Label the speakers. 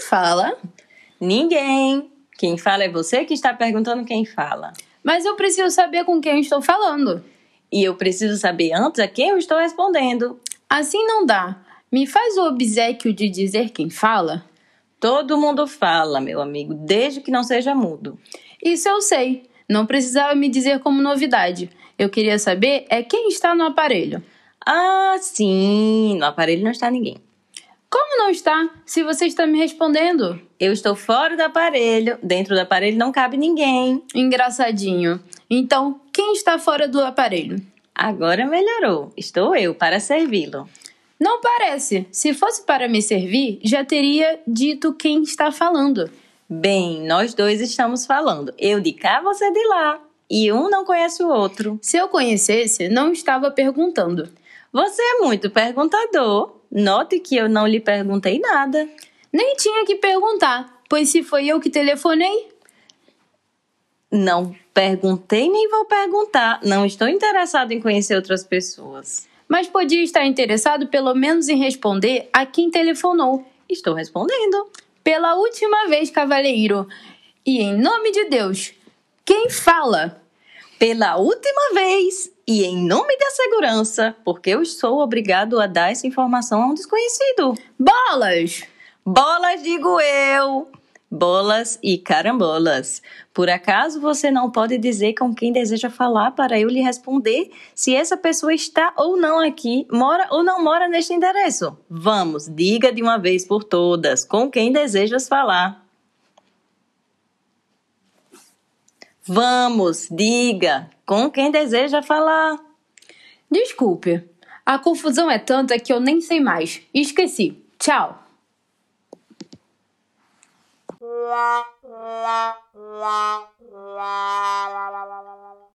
Speaker 1: fala.
Speaker 2: Ninguém. Quem fala é você que está perguntando quem fala.
Speaker 1: Mas eu preciso saber com quem eu estou falando.
Speaker 2: E eu preciso saber antes a quem eu estou respondendo.
Speaker 1: Assim não dá. Me faz o obsequio de dizer quem fala?
Speaker 2: Todo mundo fala, meu amigo, desde que não seja mudo.
Speaker 1: Isso eu sei. Não precisava me dizer como novidade. Eu queria saber é quem está no aparelho.
Speaker 2: Ah, sim, no aparelho não está ninguém.
Speaker 1: Como não está? Se você está me respondendo.
Speaker 2: Eu estou fora do aparelho. Dentro do aparelho não cabe ninguém.
Speaker 1: Engraçadinho. Então, quem está fora do aparelho?
Speaker 2: Agora melhorou. Estou eu para servi-lo.
Speaker 1: Não parece. Se fosse para me servir, já teria dito quem está falando.
Speaker 2: Bem, nós dois estamos falando. Eu de cá, você de lá. E um não conhece o outro.
Speaker 1: Se eu conhecesse, não estava perguntando.
Speaker 2: Você é muito perguntador. Note que eu não lhe perguntei nada.
Speaker 1: Nem tinha que perguntar, pois se foi eu que telefonei.
Speaker 2: Não perguntei nem vou perguntar. Não estou interessado em conhecer outras pessoas.
Speaker 1: Mas podia estar interessado pelo menos em responder a quem telefonou.
Speaker 2: Estou respondendo.
Speaker 1: Pela última vez, cavalheiro. E em nome de Deus, quem fala?
Speaker 2: Pela última vez e em nome da segurança, porque eu sou obrigado a dar essa informação a um desconhecido.
Speaker 1: Bolas!
Speaker 2: Bolas, digo eu! Bolas e carambolas. Por acaso você não pode dizer com quem deseja falar para eu lhe responder se essa pessoa está ou não aqui, mora ou não mora neste endereço? Vamos, diga de uma vez por todas com quem desejas falar. Vamos, diga com quem deseja falar.
Speaker 1: Desculpe, a confusão é tanta que eu nem sei mais. Esqueci. Tchau.
Speaker 3: la la la